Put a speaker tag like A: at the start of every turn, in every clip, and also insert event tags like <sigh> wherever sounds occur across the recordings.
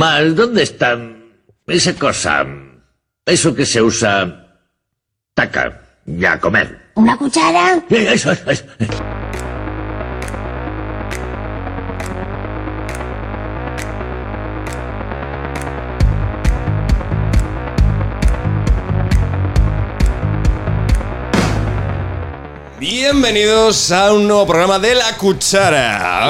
A: Mal, ¿dónde está esa cosa? Eso que se usa... Taca, ya comer.
B: ¿Una cuchara?
A: Eh, Eso, eso, eso.
C: Bienvenidos a un nuevo programa de La Cuchara.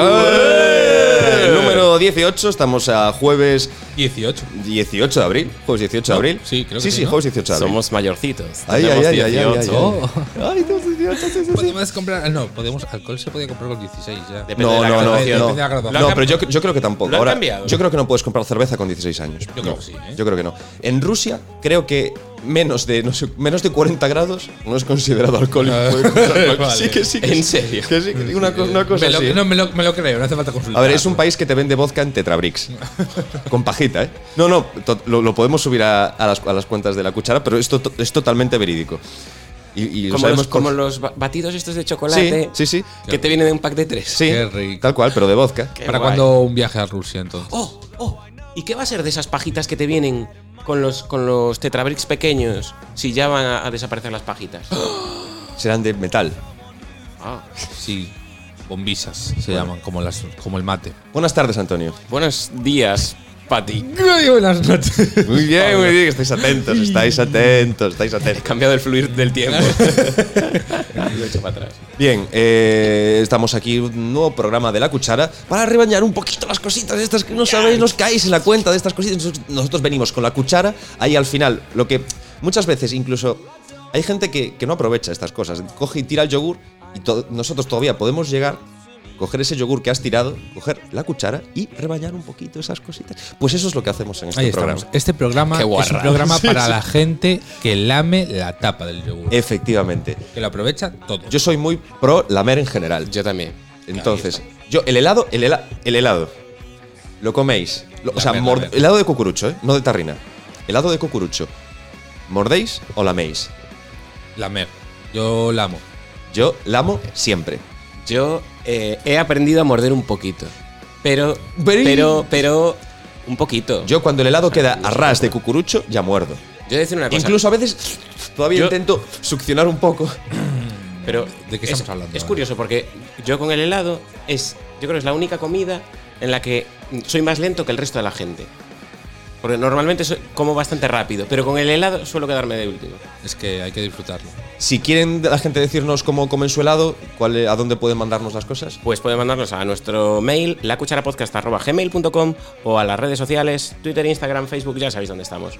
C: El número 18, estamos a jueves
D: 18.
C: 18 de abril. Jueves 18 de abril.
D: Sí, creo que
C: sí.
D: sí,
C: Sí,
D: ¿no?
C: jueves 18 de abril.
E: Somos mayorcitos.
C: Ay, ay,
E: Tenemos
C: ay, ay, ay, ay, ay.
E: 18.
C: Ay, tenemos 18, sí, sí, sí.
D: Podemos comprar. No, podemos. Alcohol se podía comprar con 16 ya.
E: Depende
C: No,
E: de la
C: no, no,
E: graduación.
C: no.
D: Depende de la graduación.
C: No, pero yo, yo creo que tampoco.
E: ¿Lo han
C: Ahora,
E: cambiado?
C: Yo creo que no puedes comprar cerveza con 16 años.
D: ¿eh? Yo creo
C: No,
D: que sí, ¿eh?
C: Yo creo que no. En Rusia, creo que menos de, no sé, menos de 40 grados no es considerado alcohólico.
D: <laughs>
C: Puede comprar alcohol.
D: Ah, Vale.
C: Sí, que sí. que
E: ¿En
C: sí.
E: serio?
C: Que sí, que sí. Una, co- una cosa
D: me lo,
C: así.
D: No, me lo, me lo creo, no hace falta consultar.
C: A ver, es un país que te vende vodka en <laughs> Tetrabricks. con pajita, ¿eh? No, no, to- lo, lo podemos subir a, a las, a las cuentas de la cuchara, pero esto to- es totalmente verídico. Y, y lo
E: Como
C: sabemos
E: los, como
C: por-
E: los ba- batidos estos de chocolate.
C: Sí, sí, sí.
E: Que te vienen de un pack de tres.
C: Sí,
D: Qué rico.
C: tal cual, pero de vodka.
E: Qué
D: Para
E: guay.
D: cuando un viaje a Rusia, entonces.
E: Oh, oh. ¿Y qué va a ser de esas pajitas que te vienen con los, con los tetrabricks pequeños si ya van a, a desaparecer las pajitas?
C: Serán de metal.
E: <gasps> Ah.
D: Sí. Bombisas se llaman, como, las, como el mate.
C: Buenas tardes, Antonio.
E: Buenos días, Pati.
D: buenas noches.
C: Muy bien, muy bien, estáis atentos, estáis atentos, estáis
E: He
C: atentos.
E: cambiado el fluir del tiempo. Lo he hecho para atrás.
C: Bien, eh, estamos aquí, un nuevo programa de La Cuchara, para rebañar un poquito las cositas estas que no sabéis, nos caéis en la cuenta de estas cositas. Nosotros- Nosotros venimos con La Cuchara, ahí al final, lo que muchas veces incluso hay gente que, que no aprovecha estas cosas, coge y tira el yogur y to- nosotros todavía podemos llegar, coger ese yogur que has tirado, coger la cuchara y rebañar un poquito esas cositas. Pues eso es lo que hacemos en este
D: Ahí
C: programa.
D: estamos. Este programa
E: Qué
D: es un
E: guarra.
D: programa para la gente que lame la tapa del yogur.
C: Efectivamente.
D: que lo aprovecha todo.
C: Yo soy muy pro lamer en general.
E: Yo también.
C: Entonces, yo, el helado, el, hela- el helado, lo coméis. Lo- o sea,
D: Lamer,
C: mord-
D: lamer.
C: helado de cucurucho, ¿eh? no de tarrina. Helado de cucurucho. ¿Mordéis o laméis?
D: Lamer. Yo lamo.
C: Yo lamo siempre.
E: <laughs> Yo eh, he aprendido a morder un poquito. Pero.
C: Very-
E: Pero. Pero. Un poquito.
C: Yo cuando el helado queda a ras de cucurucho, ya muerdo.
E: Yo voy a decir una cosa.
C: Incluso a veces todavía
E: Yo-
C: intento succionar un poco.
E: Pero
D: ¿De qué
E: es,
D: estamos hablando?
E: Es curioso porque yo con el helado es, yo creo que es la única comida en la que soy más lento que el resto de la gente. Porque normalmente soy- como bastante rápido, pero con el helado suelo quedarme de último.
D: Es que hay que disfrutarlo.
C: Si quieren la gente decirnos cómo comen su helado, cuál, eh, a dónde pueden mandarnos las cosas.
E: Pues pueden mandarnos a nuestro mail, lacucharapodcast.gmail.com o a las redes sociales, Twitter, Instagram, Facebook, ya sabéis dónde estamos.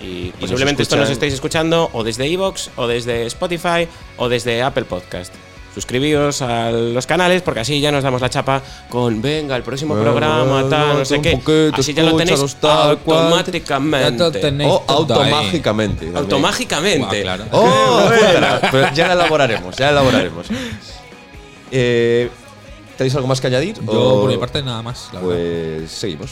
E: Y posiblemente esto
C: escuchan-
E: nos estéis escuchando o desde Evox, o desde Spotify, o desde Apple Podcast. Suscribíos a los canales porque así ya nos damos la chapa con venga, el próximo
C: Bueno,
E: programa, tal, no sé
C: un
E: qué.
C: poquito,
E: Así ya lo tenéis
C: escúchanos, tal cual.
E: automáticamente.
D: Ya lo tenéis.
C: O
D: Esto
C: automágicamente. también.
E: Automágicamente.
D: Buah, claro.
C: <laughs> ¡Oh! apúntala. Pero ya la elaboraremos, ya la elaboraremos. Eh, ¿Tenéis algo más que añadir?
D: Yo,
C: O-
D: por mi parte, nada más. La verdad.
C: Pues seguimos.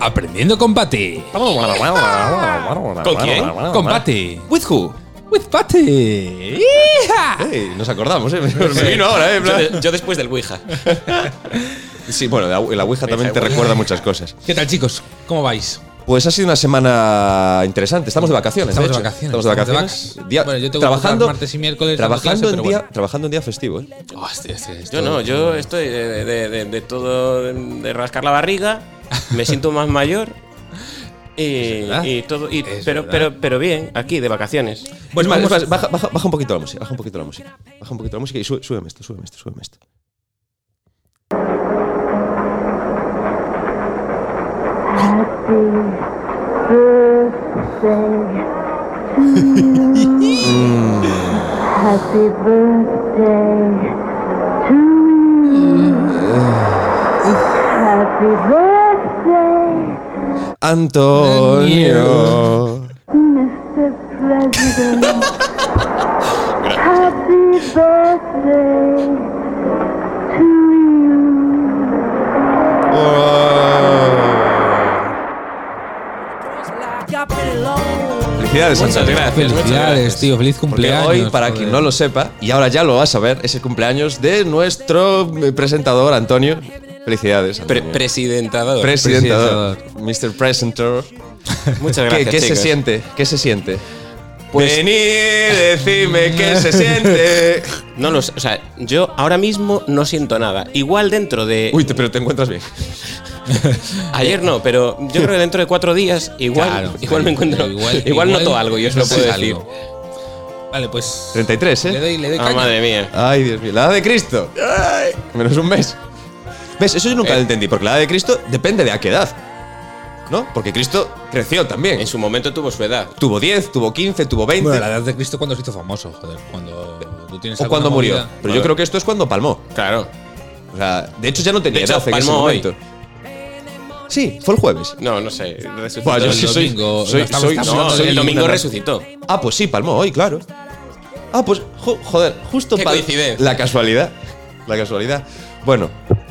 D: Aprendiendo con Patty.
E: ¿Con quién?
D: Con Patty.
C: With who?
D: With Patty. ¡Hija!
C: Hey, nos acordamos, ¿eh? Me vino ahora, ¿eh? En
E: Yo,
C: plan-
E: de- yo después del Ouija.
C: Sí, bueno, la, la Ouija también te
E: Ouija.
C: recuerda muchas cosas.
D: ¿Qué tal, chicos? ¿Cómo vais?
C: Pues ha sido una semana interesante. Estamos de vacaciones.
D: Estamos
C: de hecho.
D: de vacaciones,
C: Estamos de
D: estamos de
C: vacaciones.
D: vacas.
C: Día-
D: Bueno, yo tengo que
C: trabajando
D: trabajar martes y miércoles, dando
C: Trabajando,
D: clase,
C: en
D: pero
C: día,
D: bueno.
C: trabajando en día festivo, ¿eh?
E: Hostia, hostia, yo no, yo estoy de, de- de- de todo, de rascar la barriga, me siento más mayor. Y,
D: verdad.
E: y todo, y-
D: Es
E: pero,
D: verdad.
E: pero, pero bien, aquí, de vacaciones.
C: Bueno,
D: vamos-
C: baja, baja- baja un poquito la música, baja un poquito la música. Baja un poquito la música y sube, súbeme esto, súbeme esto, súbeme esto.
F: Happy birthday to you. Happy birthday,
C: Antonio.
F: Mr. President. Happy birthday <laughs>
C: Felicidades,
E: Muchas
C: Antonio.
E: gracias. muchas
D: Felicidades,
E: gracias.
D: tío. Feliz
C: Porque
D: cumpleaños.
C: hoy, para
D: joder.
C: quien no lo sepa, y ahora ya lo vas a ver, es el cumpleaños de nuestro eh, presentador, Antonio. Felicidades,
E: Pre-
C: Antonio.
E: presidentador.
C: Presentador. Mr. Presenter.
E: Muchas
C: ¿Qué,
E: gracias.
C: qué se
E: chicos. Pues
C: siente? ¿Qué se siente? Vení, decime qué se siente.
E: No lo sé, O sea, yo ahora mismo no siento nada. Igual dentro de.
C: Uy, te- pero te encuentras bien.
E: Ayer no, pero yo creo que dentro de cuatro días igual,
D: Claro,
E: igual me encuentro. <laughs> Igual, noto algo, yo os lo puedo
D: notas
E: decir.
D: algo. Vale, pues.
C: 33,
D: Le
C: ¿eh?
D: doy, le doy
E: Ah,
D: caña.
E: madre mía.
C: Ay, Dios mío. La edad de Cristo. Ay, menos un mes. ¿Ves? Eso yo
D: Eh.
C: nunca lo entendí, porque la edad de Cristo depende de a qué edad. ¿No? Porque Cristo creció también.
E: En su momento tuvo su edad.
C: Tuvo 10, tuvo 15, tuvo 20.
D: Bueno, la edad de Cristo cuando se hizo famoso, joder. Cuando tú tienes
C: o
D: alguna
C: cuando murió.
D: movida.
C: Pero yo creo que esto es cuando palmó.
E: Claro.
C: O sea, de hecho ya no tenía
E: De hecho,
C: edad en ese
E: palmó hoy.
C: momento. Sí, fue el jueves.
E: No, no sé. Resucitó.
C: Buah, yo
D: el
C: sí soy-
D: domingo-
C: soy-
D: no, estamos-
C: soy-
D: estamos
E: No,
D: hablando
C: soy
E: el
D: de-
E: domingo
C: una-
E: resucitó.
C: Ah, pues sí, palmó hoy, claro. Ah, pues jo- joder, justo
E: Qué
C: pal-
E: coincidencia.
C: La casualidad. La casualidad. Bueno,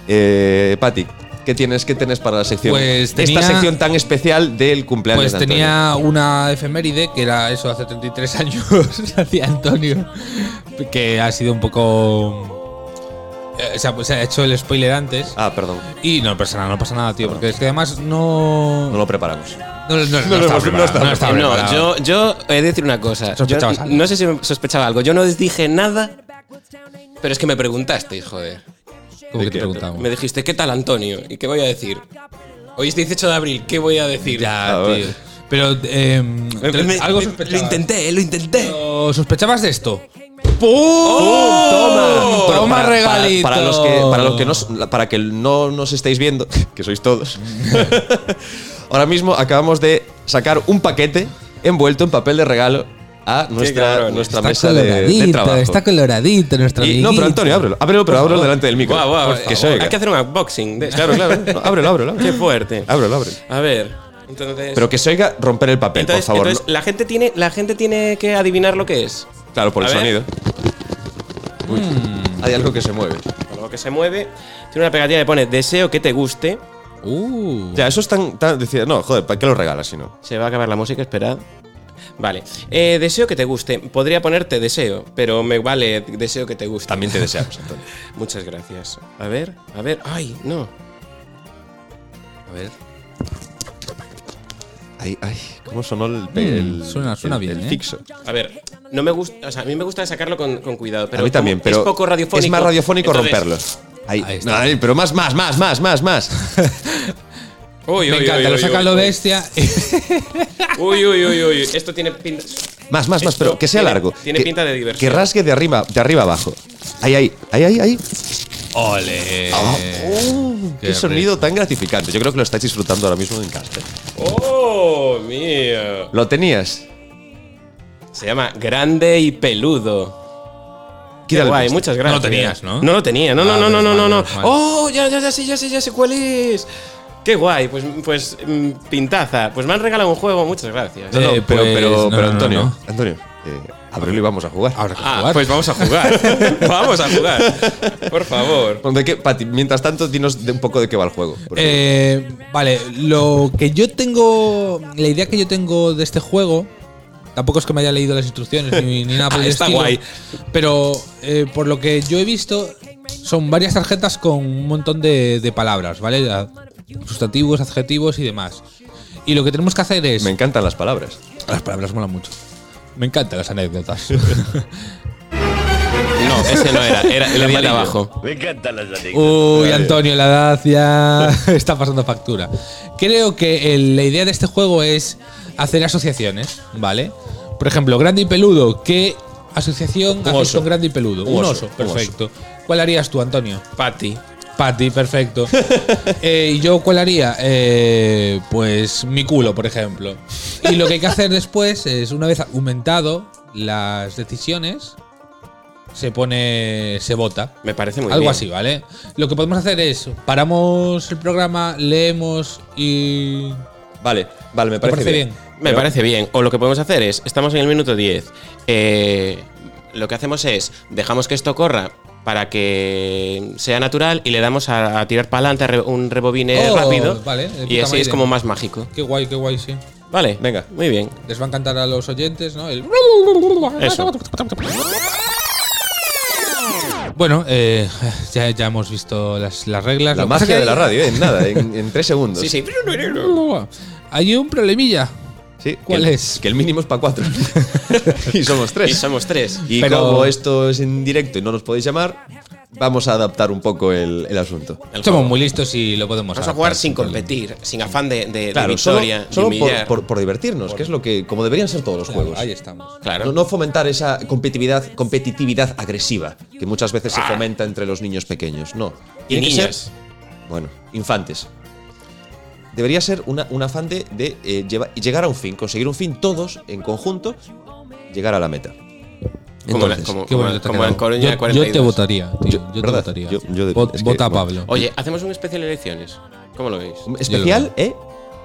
C: eh, Pati, ¿qué tienes, ¿qué tienes para la sección?
D: Pues
C: Esta
D: tenía-
C: sección tan especial del cumpleaños.
D: Pues
C: de Antonio.
D: tenía una efeméride que era eso hace 33 años, <laughs> hacía Antonio, que ha sido un poco. eh, se, ha, se ha hecho el spoiler antes.
C: Ah, perdón,
D: Y no pasa nada, no pasa nada, tío, porque es que además no.
C: no lo preparamos.
D: No, no, no,
C: lo
D: estaba
C: hemos- no
D: preparado,
C: estaba
D: no estaba
E: No,
D: preparado.
E: yo, yo he de decir una cosa.
D: Sospechabas
E: Yo
D: algo.
E: No sé si sospechaba algo. Yo no les dije nada, pero es que me preguntasteis, joder.
D: ¿Cómo que te preguntaba?
E: Me dijiste, ¿qué tal, Antonio? ¿Y qué voy a decir? Hoy es 18 de abril, ¿qué voy a decir?
D: Ya,
C: A ver.
D: Ah, tío. Pero em,
E: Me- me-
D: algo
E: me- Lo
D: sospechabas.
E: intenté, lo intenté.
D: Pero sospechabas de esto.
C: ¡Oh!
D: Toma
C: Para- para-
D: regalito.
C: Para, los que, para, los que no, s- para que no nos estéis viendo, <laughs> que sois
D: <laughs>
C: todos, ahora mismo acabamos de sacar un paquete envuelto en papel de regalo a nuestra,
E: cabrones.
C: nuestra mesa de- de, trabajo.
D: coloradito nuestro
C: Y- no, pero Antonio, ábrelo. Ábrelo, pero ábrelo delante del micro.
E: Guau, guau, guau.
C: que se oiga.
E: Hay que hacer un unboxing. de-
C: Claro,
D: <laughs>
C: claro. No, ábrelo, ábrelo.
E: Qué
C: ábrelo.
E: fuerte.
C: Ábrelo, ábrelo.
E: A ver, entonces.
C: Pero que se oiga romper el papel,
E: entonces,
C: por favor.
E: entonces, la, gente tiene, la gente tiene que adivinar lo que es.
C: ¿no? Claro, por
E: a
C: el
E: ver.
C: sonido. Hmm. Uy, hay algo que se mueve.
E: Con lo que se mueve, tiene una pegatina que pone deseo que te guste.
D: Uh.
C: Ya, eso es tan. tan decía, no, joder, ¿para qué lo regalas si no?
E: Se va a acabar la música, esperad. Vale. Eh, deseo que te guste. Podría ponerte deseo, pero me vale deseo que te guste.
C: También te
E: <laughs>
C: deseamos, Antonio.
E: Muchas gracias. A ver, a ver. Ay, no.
D: A ver.
C: <laughs> Ay, ay, cómo sonó el, pe- el-
D: suena- suena
C: el-
D: bien,
C: el
D: ¿eh?
C: fixo.
E: A ver, no me gusta. O sea, a mí me gusta sacarlo con, con cuidado. Pero
C: a mí
E: como
C: también, pero
E: Es poco radiofónico.
C: es más radiofónico
E: entonces-
C: romperlo. Ahí,
D: Ahí está.
C: Ay, pero más, más, más, más, más, <laughs> más.
E: Uy,
D: Me
E: uy,
D: encanta,
E: uy,
D: lo
E: uy,
D: saca
E: uy,
D: lo
E: uy.
D: bestia. <laughs>
E: Uy, uy, uy, uy. Esto tiene pinta.
C: Más, más, más,
E: Esto
C: pero que sea
E: tiene-
C: largo.
E: tiene
C: que,
E: pinta de diversión.
C: Que rasgue de arriba, de arriba abajo. Ahí, ahí, ahí, ahí, ahí.
D: Ole.
C: Ah, oh, qué,
D: Eh, rico.
C: sonido tan gratificante. Yo creo que lo estáis disfrutando ahora mismo en casa.
E: ¡Oh, mío!
C: Lo tenías.
D: Eh,
E: Se llama Grande y Peludo. Qué
C: Quítale el
E: guay,
C: plástico.
E: muchas gracias.
D: No lo tenías, ¿no?
E: No lo tenía, no, no,
D: Ah,
E: no, no,
D: menos
E: no, no.
D: mal,
E: no.
D: menos mal.
E: ¡Oh, ya, ya, ya sé, ya sé, ya sé cuál es! ¡Qué guay! Pues, pues mm, pintaza. Pues me han regalado un juego, muchas gracias.
C: No, no,
D: Eh,
C: pero,
D: pues,
C: pero,
D: no,
C: pero
D: no, no,
C: Antonio,
D: no.
C: Antonio, eh, ábrelo y vamos a jugar.
D: Habrá que
E: Ah,
D: jugar.
E: pues vamos a jugar.
D: <laughs>
E: vamos a jugar. Por favor.
C: ¿De qué, Pati, mientras tanto, dinos de un poco de qué va el juego. porque-
D: Eh, vale, lo que yo tengo. La idea que yo tengo de este juego. Tampoco es que me haya leído las instrucciones ni, ni nada
E: <laughs>
D: por el
E: Está
D: estilo,
E: guay.
D: Pero eh, por lo que yo he visto, son varias tarjetas con un montón de, de palabras, ¿vale? Ya, Sustantivos, adjetivos y demás. Y lo que tenemos que hacer es.
C: me encantan las palabras.
D: Las palabras molan mucho. Me encantan las anécdotas.
E: <laughs> No, ese no era, era el, de
C: amarillo.
E: abajo.
A: Me encantan las anécdotas.
D: Uy, Antonio, la edad ya <laughs> está pasando factura. Creo que el- la idea de este juego es hacer asociaciones, ¿vale? Por ejemplo, grande y peludo. ¿Qué asociación haces
C: oso.
D: con grande y peludo?
C: Un
D: Un,
C: oso,
D: oso,
C: un
D: perfecto. ¿Cuál harías tú, Antonio?
E: Patty.
D: Patty,
C: <laughs>
D: perfecto. Eh, ¿Y yo cuál haría? Eh, pues mi culo, por ejemplo. Y lo que hay que hacer después es, una vez aumentado las decisiones, se pone, se vota.
E: Me parece muy
D: Algo
E: bien.
D: así, ¿vale? Lo que podemos hacer es paramos el programa, leemos y.
C: Vale, vale, me
D: ¿Te
C: parece,
D: parece bien?
E: Me parece bien. O lo que podemos hacer es, estamos en el minuto 10. eh, lo que hacemos es, dejamos que esto corra para que sea natural y le damos a, a tirar para adelante un rebobine
D: Oh,
E: rápido.
D: vale, de
E: y
D: puta
E: así es
D: madre.
E: como más mágico.
D: Qué guay, qué guay, sí.
E: Vale,
C: Venga.
E: Muy bien.
D: Les va a encantar a los oyentes, ¿no? El-
E: Eso.
D: Bueno, eh, ya, ya hemos visto las, las reglas.
C: La
D: Lo que pasa
C: magia
D: que
C: de la
D: hay-
C: radio, ¿eh? en nada, en, en
D: <laughs>
C: tres segundos.
E: Sí, sí.
D: Hay un problemilla.
C: Sí,
D: ¿Cuál
C: que el-
D: es?
C: Que el mínimo es para cuatro. <laughs> y somos tres.
E: Y somos tres.
C: Y
D: Pero-
C: como esto es en directo y no nos podéis llamar, vamos a adaptar un poco el, el asunto.
E: El
D: Somos
E: juego.
D: muy listos y lo podemos
E: Vamos a jugar
D: adaptar
E: sin
D: problema.
E: competir, sin afán de, de- de
C: Claro, solo,
E: victoria, de
C: solo por,
E: humillar.
C: por- por divertirnos, que es lo que como deberían ser todos los
D: Claro,
C: juegos.
D: ahí estamos.
E: Claro.
C: No, no fomentar esa competitividad, competitividad agresiva que muchas veces se fomenta entre los niños pequeños. No.
E: Ah. y
C: Tiene que ser-
E: niñas.
C: bueno, infantes. Debería ser una, un afán de, de, eh, lleva- llegar a un fin, conseguir un fin todos en conjunto, llegar a la meta.
E: Como la-
C: Entonces,
E: como-
D: Qué bonito te ha
E: como en
D: quedado.
E: Coruña
D: yo,
E: 42.
D: yo te votaría, tío.
C: Yo-
D: Yo, te
C: ¿verdad?
D: votaría.
C: Yo- yo de-
D: Vot-
C: es que-
D: Vota a
C: bueno.
D: Pablo.
E: Oye, hacemos un especial elecciones. ¿Cómo lo veis?
C: especial, ¿eh?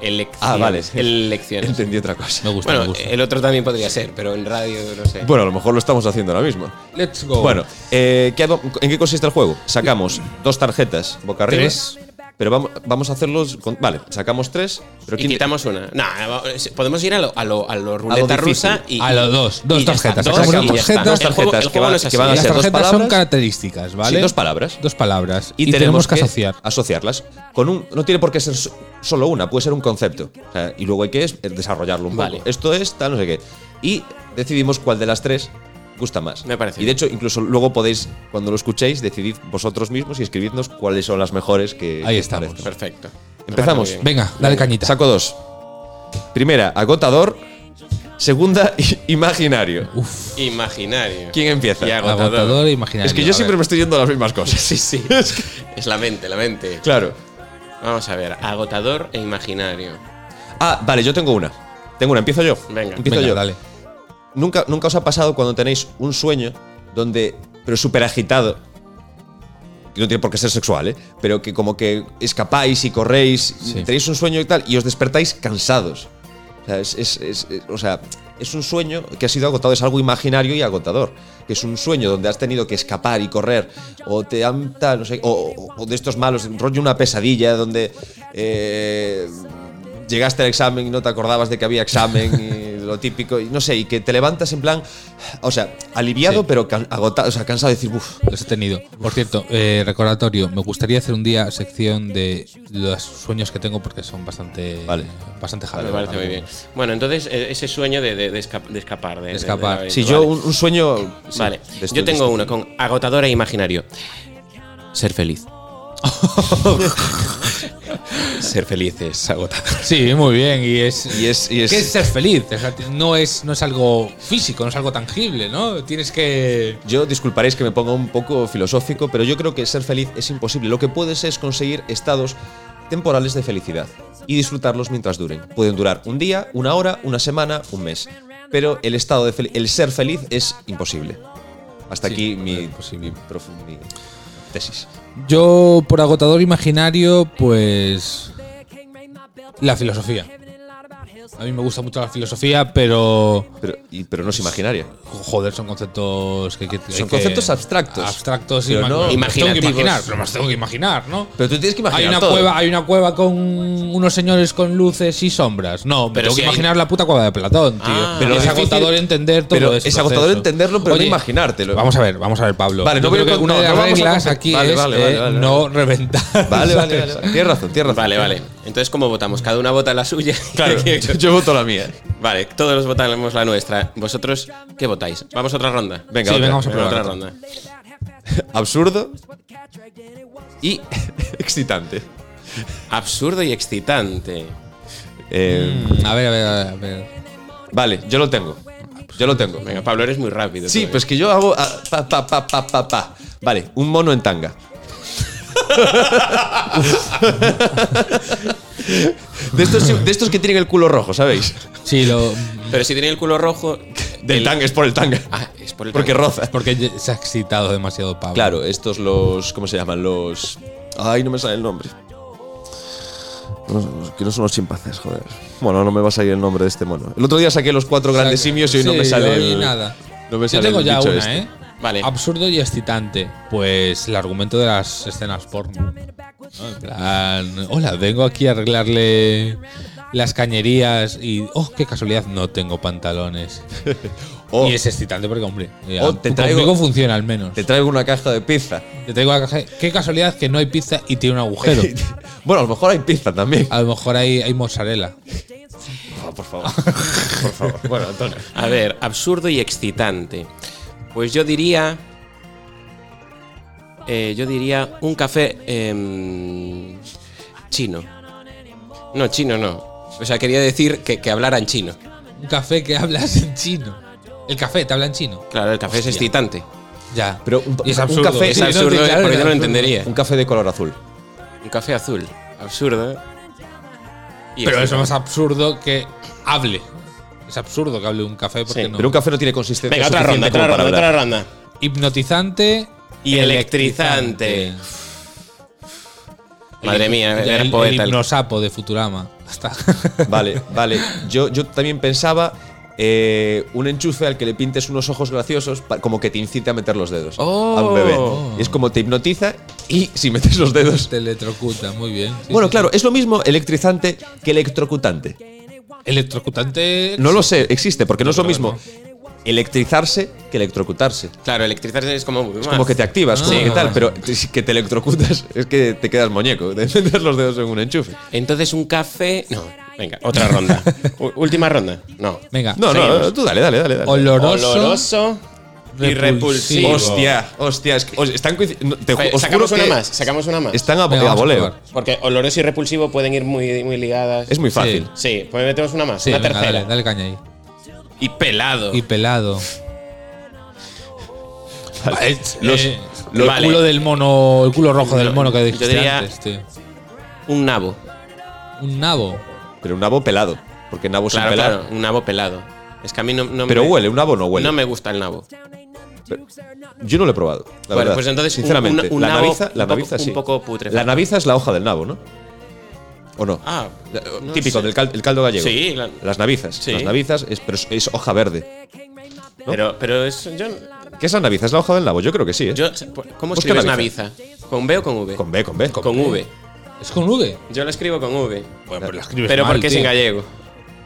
E: Elecciones.
C: Ah, vale.
E: Elecciones.
C: Entendí otra cosa.
D: me gusta, me
E: Bueno, eh,
D: gusta.
E: el otro también podría ser, pero en radio no sé.
C: Bueno, a lo mejor lo estamos haciendo ahora mismo.
D: Let's go.
C: Bueno, eh, ¿qué hago- ¿en qué consiste el juego? Sacamos dos tarjetas boca arriba.
D: Tres.
C: Pero vamos, vamos a hacerlos. con- vale, sacamos tres. Pero
E: y
C: ¿quién-
E: quitamos una. Nah, va- podemos ir a lo, a lo, a lo
C: A lo
E: ruleta
C: difícil.
E: rusa y.
D: A lo dos, dos
E: y ya está.
D: tarjetas.
E: Dos
D: Sacamos
E: y
D: dos
E: ya está.
D: tarjetas.
E: El juego-
C: Dos tarjetas
E: el juego no es
C: que
E: así.
C: van a
D: las
C: ser dos
D: tarjetas son
C: palabras.
D: características, ¿vale?
C: Sí, dos palabras.
D: Dos palabras.
C: Y,
D: Y, tenemos que, asociar.
C: asociarlas. Con un, no tiene por qué ser so- solo una, puede ser un concepto. O sea, y luego hay que es- eh, desarrollarlo un
E: Vale.
C: poco. Esto es tal, no sé qué. Y decidimos cuál de las tres gusta más.
E: Me parece
C: Y de
E: bien.
C: hecho, incluso luego podéis, cuando lo escuchéis, decidid vosotros mismos y escribidnos cuáles son las mejores que.
D: Ahí
C: que os
D: estamos.
C: parezcan.
E: Perfecto.
C: Empezamos.
E: Muy bien.
D: Venga, dale cañita.
C: Saco dos. Primera, agotador. Segunda, <laughs> imaginario.
E: Imaginario.
C: ¿Quién empieza?
E: Y agotador.
D: Agotador e imaginario.
C: Es que
D: A
C: yo siempre
D: ver.
C: me estoy yendo a las mismas cosas. <laughs>
E: Sí, sí. <laughs> es la mente, la mente.
C: Claro.
E: Vamos a ver. Agotador e imaginario.
C: Ah, vale, yo tengo una. Tengo una, empiezo yo.
E: Venga.
C: empiezo
D: Venga,
C: yo.
D: dale.
C: ¿Nunca, nunca os ha pasado cuando tenéis un sueño donde, pero súper agitado, que no tiene por qué ser sexual, ¿eh? pero que como que escapáis y corréis,
D: Sí.
C: tenéis un sueño y tal, y os despertáis cansados. O sea es, es- es- es- o sea, es un sueño que ha sido agotado, es algo imaginario y agotador. Que es un sueño donde has tenido que escapar y correr, o te han tal, no sé, o, o- o de estos malos, rollo una pesadilla donde eh, llegaste al examen y no te acordabas de que había examen, y lo típico, y no sé, y que te levantas en plan, o sea, aliviado,
D: Sí.
C: pero can- agotado, o sea, cansado de decir, uff,
D: Los he tenido. Por cierto, eh, recordatorio, me gustaría hacer un día sección de los sueños que tengo porque son bastante
C: Vale.
D: bastante
E: Me
D: jalados.
E: parece muy bien. Bueno, entonces eh, ese sueño de, de- de esca- de escapar. De, de-
D: escapar.
E: de-
C: Si
E: vale.
C: yo un, un sueño. sí,
E: Vale.
C: de esto-
E: Yo tengo
C: de
E: uno
C: esto.
E: con agotador e imaginario. Ser feliz. Ser feliz es agotador.
D: Sí, muy bien. Y es,
C: Y es- y es-
D: ¿Qué es ser feliz? O sea, no, es, no es algo físico, no es algo tangible, ¿no? Tienes que.
C: Yo disculparéis que me ponga un poco filosófico, pero yo creo que ser feliz es imposible. Lo que puedes es conseguir estados temporales de felicidad y disfrutarlos mientras duren. Pueden durar un día, una hora, una semana, un mes. Pero el estado de fel- el ser feliz es imposible. Hasta
D: Sí,
C: aquí mi,
D: es posible.
C: mi profu- mi tesis.
D: Yo, por agotador imaginario, pues. La filosofía. A mí me gusta mucho la filosofía, pero.
C: Pero, y- pero no es imaginaria.
D: Joder, son conceptos que, que- hay
C: Son
D: que-
C: conceptos abstractos.
D: Abstractos
C: Pero
D: ima-
C: no-
D: me los tengo que
E: Imaginativos.
D: imaginar, pero me los tengo que imaginar, ¿no?
C: Pero tú tienes que imaginar
D: hay una
C: todo.
D: cueva, hay una cueva con unos señores con luces y sombras. No, pero
E: Pero
D: tengo
E: si
D: que
E: hay-
D: imaginar la puta cueva de Platón, tío.
E: Ah.
D: pero
C: Pero
D: es
C: difícil-
D: agotador entender todo
C: pero
D: ese
C: es agotador
D: proceso.
C: entenderlo, pero no imaginártelo.
D: Vamos a ver, vamos a ver, Pablo.
C: Vale,
D: Yo
C: no voy a
D: creo que
C: con-
D: una
C: no,
D: de
C: no
D: las
C: vamos a
D: reglas
C: con-
D: aquí
C: Vale,
D: es
C: vale, vale,
D: eh,
C: vale,
D: no reventar.
C: <laughs> Vale,
D: <laughs>
C: vale, vale. vale. Tienes razón, tienes razón.
E: Vale, vale. Entonces, ¿cómo votamos? Cada una vota la suya.
C: <laughs>
E: <laughs>
C: Claro, yo, yo voto la mía. ¿eh?
E: Vale, todos votamos la nuestra. ¿Vosotros qué votáis? Vamos a otra ronda.
C: Venga,
D: Sí,
C: otra.
D: venga, vamos a
E: Venga,
D: probar
E: otra
D: otra.
E: ronda.
C: Absurdo y <laughs> excitante.
E: Absurdo y excitante.
C: Eh,
D: Mm, A ver, a ver, a ver.
C: Vale, yo lo tengo. Yo lo tengo.
E: Venga, Pablo, eres muy rápido.
C: Sí,
E: todavía.
C: pues que yo hago. ah, pa, pa, pa, pa, pa, pa. Vale, un mono en tanga. <laughs> De estos, de estos que tienen el culo rojo, ¿sabéis?
D: Sí, lo.
C: pues-
E: Pero si tiene el culo rojo.
C: Del
E: el-
C: tanga, es por el tanga.
E: Ah, es por el
C: Porque
E: tanga.
C: roza.
D: Porque se ha excitado demasiado Pablo.
C: Claro, estos los. ¿Cómo se llaman? Los. Ay, no me sale el nombre. No, no, que no son los chimpancés, joder. Bueno, no me va a salir el nombre de este mono. El otro día saqué los cuatro grandes
D: Saca-
C: simios y hoy no
D: sí,
C: me sale
D: hoy
C: el-
D: nada.
C: No me
D: Yo
C: sale
D: tengo
C: el
D: ya
C: bicho
D: una,
C: este.
D: ¿eh?
E: Vale.
D: Absurdo y excitante. Pues el argumento de las escenas porno. ¿no? En plan, hola, vengo aquí a arreglarle las cañerías y, oh, qué casualidad, no tengo pantalones.
C: O,
D: Y es excitante porque, hombre, ya,
C: Oh, te
D: tú
C: traigo-
D: conmigo funciona al menos.
C: Oh, Te traigo una caja de pizza.
D: Te traigo la caja. Qué casualidad que no hay pizza y tiene un agujero.
C: <laughs> bueno, a lo mejor hay pizza también.
D: A lo mejor hay, hay mozzarella.
C: Ah, por <laughs> favor. por favor. Bueno, Antonio.
E: A ver, absurdo y excitante. Pues yo diría. eh, yo diría un café em, chino. No, chino no. O sea, quería decir que, que hablaran chino.
D: Un café que hablas en chino. El café te habla en chino.
E: Claro, el café
D: Hostia.
E: es excitante.
D: Ya.
C: Pero un-
D: Y es
C: un
D: absurdo.
C: café-
E: Es
D: Sí, no,
E: absurdo,
D: claro,
E: eh, porque
D: es
E: yo no lo
D: absurdo.
E: entendería.
C: Un café de color azul.
E: Un café azul. Absurdo. ¿eh? Y
D: Pero
E: excitante.
D: eso es absurdo que hable. Es absurdo que hable un café porque
E: Sí,
D: no.
C: Pero un café no tiene consistencia.
E: Venga, otra ronda,
C: suficiente
E: otra
C: como
E: ronda,
C: para
E: otra
C: hablar.
E: ronda.
D: Hipnotizante
E: Y electrizante. Madre mía,
D: El-
E: era
D: el,
E: poeta.
D: El
E: el-
D: hipnosapo de Futurama. <laughs> Hasta.
C: Vale, vale. Yo, yo también pensaba eh, un enchufe al que le pintes unos ojos graciosos, pa- como que te incite a meter los dedos a
E: Oh.
C: un bebé. Y es como te hipnotiza y si metes los dedos.
D: Te electrocuta, muy bien. Sí,
C: Bueno,
D: sí,
C: claro, es lo mismo electrizante que electrocutante.
D: sí. Electrocutante.
C: No lo sé, existe, porque no es lo mismo electrizarse que electrocutarse.
E: Claro, electrizarse es como.
C: Es como que te activas, como
D: Ah.
C: que tal, pero es que te electrocutas <laughs> es que te quedas muñeco de meter los dedos en un enchufe.
E: Entonces un café. No, venga, otra ronda. U- Última ronda. No.
D: Venga.
C: No, no,
E: Seguimos.
C: tú dale, dale, dale. dale.
D: Oloroso.
E: Oloroso y repulsivo.
D: repulsivo.
C: Hostia, hostia, es que os- están coinci- no, te ju-
E: Fe-
C: os
E: sacamos
C: juro
E: una
C: que
E: más, sacamos una más.
C: Están a,
D: Venga,
C: a
D: vamos a
C: voleo.
D: probar.
E: Porque oloroso y repulsivo pueden ir muy, muy ligadas.
C: Es muy fácil.
E: Sí, pues metemos una más,
D: Sí,
E: una
D: venga,
E: tercera.
D: dale, dale caña ahí.
E: Y pelado.
D: Y pelado. Vale,
C: Los-
D: eh,
C: los-
D: el culo del mono, el culo rojo del mono que
E: Yo
D: dijiste
E: diría-
D: antes, tío.
E: Un nabo.
D: Un nabo.
C: Pero un nabo pelado, porque nabo sin
E: Claro,
C: pelar.
E: claro, un nabo pelado. Es que a mí no, no
C: Pero
E: me,
C: huele, un nabo no huele.
E: No me gusta el nabo.
C: Yo no lo he probado. La
E: Bueno,
C: verdad.
E: pues entonces un-
C: sinceramente,
E: un- un
C: la
E: nabo
C: naviza, la
E: un poco-
C: naviza
E: un
C: sí.
E: poco putrefacto.
C: La naviza es la hoja del nabo, ¿no? ¿O no?
E: Ah,
C: La-
E: no
C: Típico
E: sé.
C: del cal- el caldo gallego.
E: Sí, la-
C: las navizas.
E: Sí.
C: Las navizas es, pero es- es hoja verde.
E: Pero, pero es. Yo,
C: ¿Qué es la naviza? Es la hoja del nabo. Yo creo que sí. ¿eh?
E: yo- ¿Cómo
C: Busca
E: escribes
C: naviza.
E: naviza? ¿Con B o con V?
C: Con B, con B.
E: Con V.
D: Es con V.
E: Yo la escribo con V.
D: pero la escribes
E: pero
D: mal,
E: porque es
D: tío.
E: en gallego.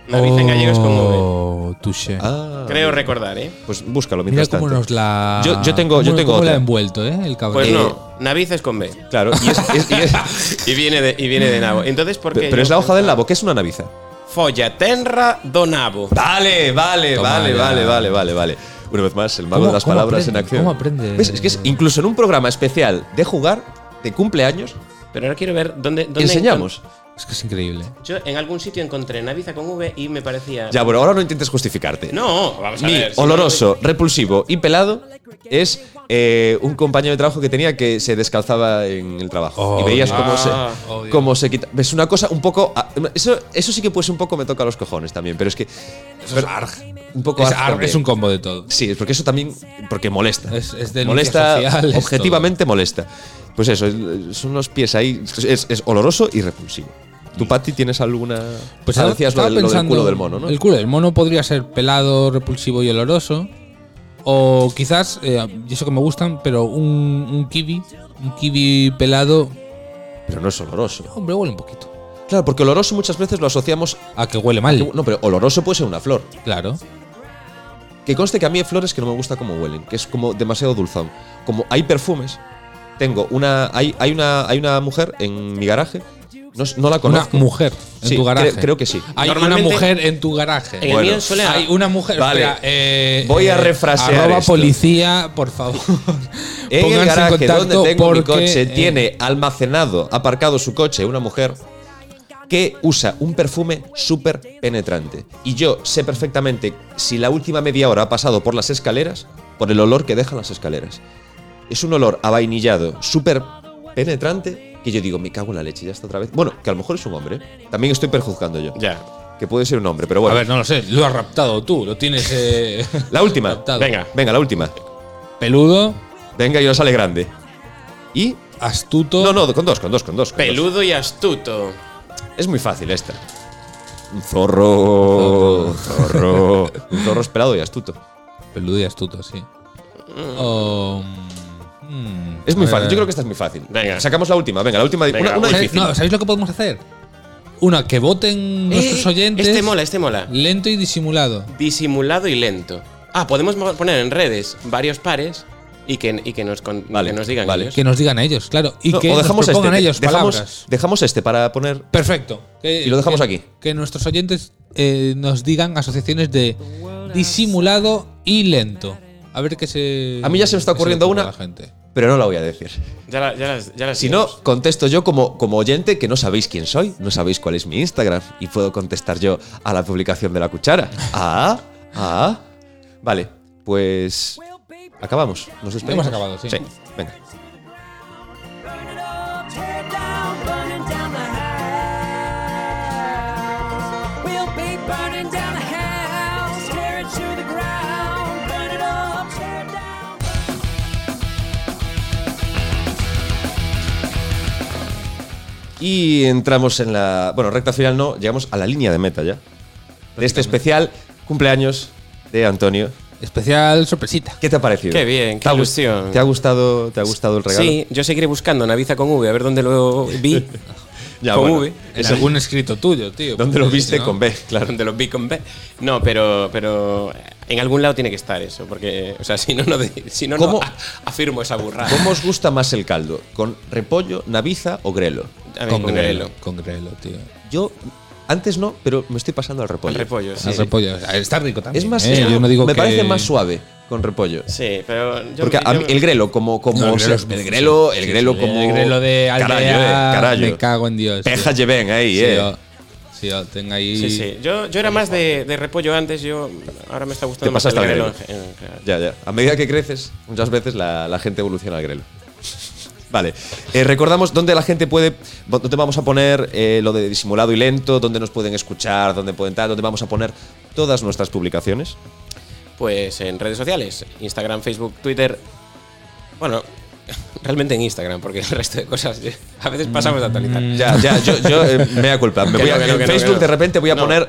E: Naviza en gallego es con V.
D: Oh, touché.
C: Ah,
E: Creo recordar, ¿eh?
C: Pues búscalo
D: Mira
C: mientras
D: cómo
C: tanto.
D: nos la.
C: Yo- yo tengo- yo
D: cómo-
C: tengo
D: cómo la
C: otra.
D: ha envuelto, ¿eh? El cabrón.
E: Pues
D: Eh,
E: no, naviza es con B.
C: Claro, y es- es- y
E: <laughs>
C: es-
E: Y viene de, y viene de nabo. Entonces, ¿por qué?
C: pero
E: yo
C: es la hoja del
E: pensaba-
C: nabo. ¿Qué es una naviza?
E: Folla tenra do nabo.
C: Vale, vale,
D: Toma
C: vale,
D: ya.
C: vale, vale, vale, vale. Una vez más, el mago
D: ¿Cómo-
C: de las
D: cómo
C: palabras
D: aprende?
C: en acción.
D: ¿Cómo aprende?
C: ¿Ves? Es que es- incluso en un programa especial de jugar, de cumpleaños,
E: Pero ahora quiero ver dónde. dónde
C: enseñamos.
D: Es que es increíble.
E: encon- Yo en algún sitio encontré naviza con V y me parecía.
C: Ya, bueno, ahora no intentes justificarte.
E: No, vamos a
C: Mi
E: ver. si
C: oloroso, repulsivo y pelado es eh, un compañero de trabajo que tenía que se descalzaba en el trabajo.
D: Oh,
C: y veías
D: Dios.
C: cómo se,
E: Ah,
D: oh, Dios.
C: cómo se quita. Es una cosa un poco. ah, Eso, eso sí que pues un poco me toca los cojones también, pero es que.
D: Eso es arg.
C: Un poco
D: Es,
C: arg
D: arg,
C: también.
D: es un combo de todo.
C: Sí, es porque eso también. Porque molesta.
D: Es- es denuncia
C: molesta.
D: social, es
C: objetivamente molesta. Pues eso, es- son los pies ahí. Es, es oloroso y repulsivo. ¿Tú, Patti, tienes alguna.
D: Mm. Pues
C: Ah,
D: ahora
C: decías lo,
D: estaba
C: del- lo del
D: pensando,
C: culo del mono, ¿no?
D: El culo del mono podría ser pelado, repulsivo y oloroso. O quizás, eh, y eso que me gustan, pero un, un kiwi. Un kiwi pelado.
C: Pero no es oloroso.
D: Hombre, huele un poquito.
C: Claro, porque oloroso muchas veces lo asociamos.
D: A que huele mal.
C: No, pero oloroso puede ser una flor.
D: Claro.
C: Que conste que a mí hay flores que no me gusta cómo huelen, que es como demasiado dulzón. Como hay perfumes, tengo una. Hay, hay una, hay una mujer en mi garaje, no, s- no la
D: Una
C: conozco.
D: mujer en
C: Sí,
D: tu
C: cre-
D: garaje.
C: creo que sí.
D: Hay una
E: Normalmente-
D: mujer en tu garaje.
E: En el
C: Bueno,
E: mío suele.
D: Hay una mujer.
C: Vale.
D: espera, eh,
C: Voy a
D: eh,
C: refrasear
D: Arroba
C: esto.
D: policía, por favor.
C: <laughs> En
D: Pónganse
C: el garaje donde tengo mi
D: porque,
C: coche
D: eh,
C: tiene almacenado, aparcado su coche, una mujer que usa un perfume súper penetrante. Y yo sé perfectamente si la última media hora ha pasado por las escaleras, por el olor que dejan las escaleras. Es un olor avainillado, súper penetrante, que yo digo, me cago en la leche, ya está otra vez. Bueno, que a lo mejor es un hombre, ¿eh? también estoy perjuzgando yo.
E: Ya.
C: Que puede ser un hombre, pero bueno.
D: A ver, no lo sé. Lo has raptado tú. Lo tienes. eh, <laughs>
C: la última.
D: raptado.
E: Venga.
C: Venga, la última.
D: Peludo,
C: Venga, y no sale grande. Y...
D: astuto.
C: No, no, con dos, con dos, con dos. con dos.
E: Peludo y astuto.
C: Es muy fácil esta. Un zorro. Un zorro. un zorro esperado y astuto.
D: Peludo y astuto, sí. O, mm,
C: Es muy
D: eh,
C: fácil, yo creo que esta es muy fácil.
E: Venga.
C: Sacamos la última, venga, la última.
E: Venga,
C: una- una
E: voy.
C: difícil.
D: No, ¿sabéis lo que podemos hacer? Una, que voten nuestros
E: Eh,
D: oyentes.
E: Este mola, este mola.
D: Lento y disimulado.
E: Disimulado y lento. Ah, podemos mo- poner en redes varios pares y que, y que, nos, con-
C: Vale,
E: que nos digan
C: vale.
E: ellos.
D: Que nos digan ellos, claro. Y
C: No,
D: que
C: o
D: nos
C: dejamos
D: propongan
C: este.
D: ellos
C: dejamos,
D: palabras.
C: dejamos este para poner.
D: Perfecto. Que-
C: Y lo dejamos
D: que-
C: aquí.
D: Que nuestros oyentes eh, nos digan asociaciones de disimulado y lento. A ver qué se.
C: A mí ya se me está
D: qué le
C: ocurriendo
D: ocurre a
C: una.
D: la gente.
C: Pero no la voy a decir.
E: Ya, la- ya las, ya las
C: Si no,
E: tenemos.
C: contesto yo como, como oyente que no sabéis quién soy, no sabéis cuál es mi Instagram y puedo contestar yo a la publicación de la cuchara. Ah, ah. Vale, pues acabamos. Nos despedimos.
D: Hemos acabado, sí.
C: Venga.
B: Burn it all, tear it down, burning down the house. We'll be burning down the house, tear it to the ground. Burn it all, tear it down.
C: Y entramos en la. Bueno, recta final no, llegamos a la línea de meta ya. De este especial cumpleaños de Antonio.
D: Especial sorpresita.
C: ¿Qué te ha parecido?
E: Qué bien,
C: ¿Te ha gu-
E: qué ilusión.
C: ¿Te ha gustado, te ha gustado el regalo?
E: Sí, yo seguiré buscando Naviza con V, a ver dónde lo vi.
C: Ya,
E: con
C: bueno.
E: V.
D: En algún escrito tuyo,
C: <laughs>
D: tío.
C: ¿Dónde lo viste?
D: ¿No?
C: Con B, <laughs>
E: <laughs>
C: claro.
E: Donde lo vi con B. No, pero, pero eh, en algún lado tiene que estar eso, porque, o sea, si no, no, de- si no, no
C: ¿Cómo?
E: a- afirmo esa burrada.
C: ¿Cómo os gusta más el caldo? ¿Con repollo, naviza o grelo?
E: A ver,
D: Con
E: con
D: Grelo.
E: grelo.
D: Con Grelo, tío.
C: Yo, antes no, pero me estoy pasando al repollo.
E: Con repollo, sí.
D: Al repollo. O sea, Está rico también.
C: Es más,
D: ¿eh?
C: es-
D: Yo no digo
C: me
D: que-
C: parece más suave con repollo.
E: Sí, pero yo-
C: Porque a
E: yo-
C: mí el grelo, como. como
D: No, el
C: o sea,
D: grelo es-
C: el grelo, el grelo como.
D: El Grelo de
C: Carallo,
D: aldea.
C: eh, carallo.
D: Me cago en Dios. tío.
C: Peja lleven ahí,
D: Sí,
C: eh.
D: yo- sí, yo tengo ahí.
E: Sí, sí. Yo, yo era más de, de repollo antes, yo ahora me está gustando
C: Te
E: más
C: pasaste al
E: el grelo.
C: grelo.
E: en general.
C: Ya, ya. A medida que creces, muchas veces la, la gente evoluciona al grelo. Vale, Eh, recordamos dónde la gente puede, dónde vamos a poner eh, lo de disimulado y lento, dónde nos pueden escuchar, dónde pueden tal, dónde vamos a poner todas nuestras publicaciones.
E: Pues en redes sociales, Instagram, Facebook, Twitter. Bueno, <laughs> realmente en Instagram, porque el resto de cosas <laughs> yo- a veces pasamos de actualizar.
C: Mm, Ya, ya, yo, yo eh, me da
E: <laughs>
C: culpa. Me
E: Mm. Que
C: voy
E: no,
C: a-
E: que no,
C: en
E: que no,
C: Facebook
E: que no.
C: de repente voy a
E: No.
C: poner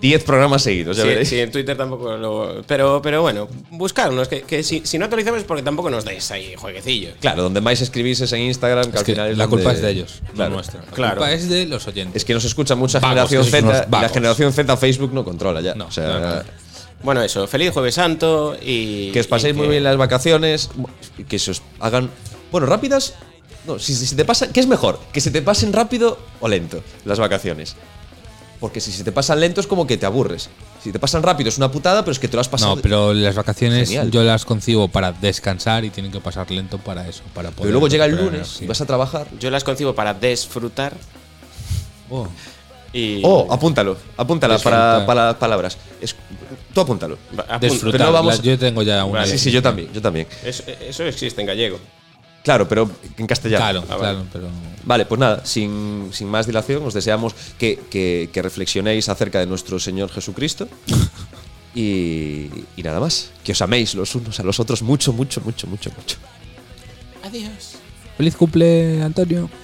C: 10 programas seguidos, pues ya
E: Sí,
C: veréis.
E: sí, en Twitter tampoco lo. Pero, pero bueno, buscarnos, que, que si, si no actualizamos es porque tampoco nos dais ahí jueguecillos.
C: Claro, donde más escribís es en Instagram, que
D: Es
C: al
D: que
C: final es
D: la
C: donde-
D: culpa es de ellos,
C: Claro.
D: no nuestra. La
E: Claro.
D: culpa es de los oyentes.
C: Es que nos escucha mucha
D: Vagos,
C: generación
D: que sois unos
C: Z, y la
D: vagos.
C: generación Z Facebook no controla ya.
D: No,
C: o sea,
D: claro, claro.
E: Bueno, eso, feliz Jueves Santo y.
C: Que os paséis
E: y
C: muy
E: que-
C: bien las vacaciones, que se os hagan. Bueno, rápidas. No, si, si te pasan. ¿Qué es mejor? ¿Que se te pasen rápido o lento las vacaciones? Porque si se te pasan lento es como que te aburres. Si te pasan rápido es una putada, pero es que te lo has pasado.
D: no, pero las vacaciones
C: Genial.
D: yo las concibo para descansar y tienen que pasar lento para eso, para poder.
C: Pero luego llega el
D: recuperar
C: lunes
D: energía.
C: y vas a trabajar.
E: Yo las concibo para disfrutar
D: Oh,
E: y.
C: Oh, apúntalo. Apúntala para,
D: Disfrutar.
C: para las palabras. Es- tú apúntalo.
E: Va- apun-
D: disfrutar.
C: pero no vamos-
D: la- yo tengo ya una.
E: Vale.
C: Sí, sí, yo también, yo también.
E: Eso, eso existe en gallego.
C: Claro, pero en castellano.
D: Claro,
E: Ah, vale.
D: claro, pero.
C: Vale, pues nada, sin, sin más dilación, os deseamos que, que- que reflexionéis acerca de nuestro Señor Jesucristo. Y, y nada más, que os améis los unos a los otros mucho, mucho, mucho, mucho, mucho.
E: Adiós.
D: Feliz cumple, Antonio.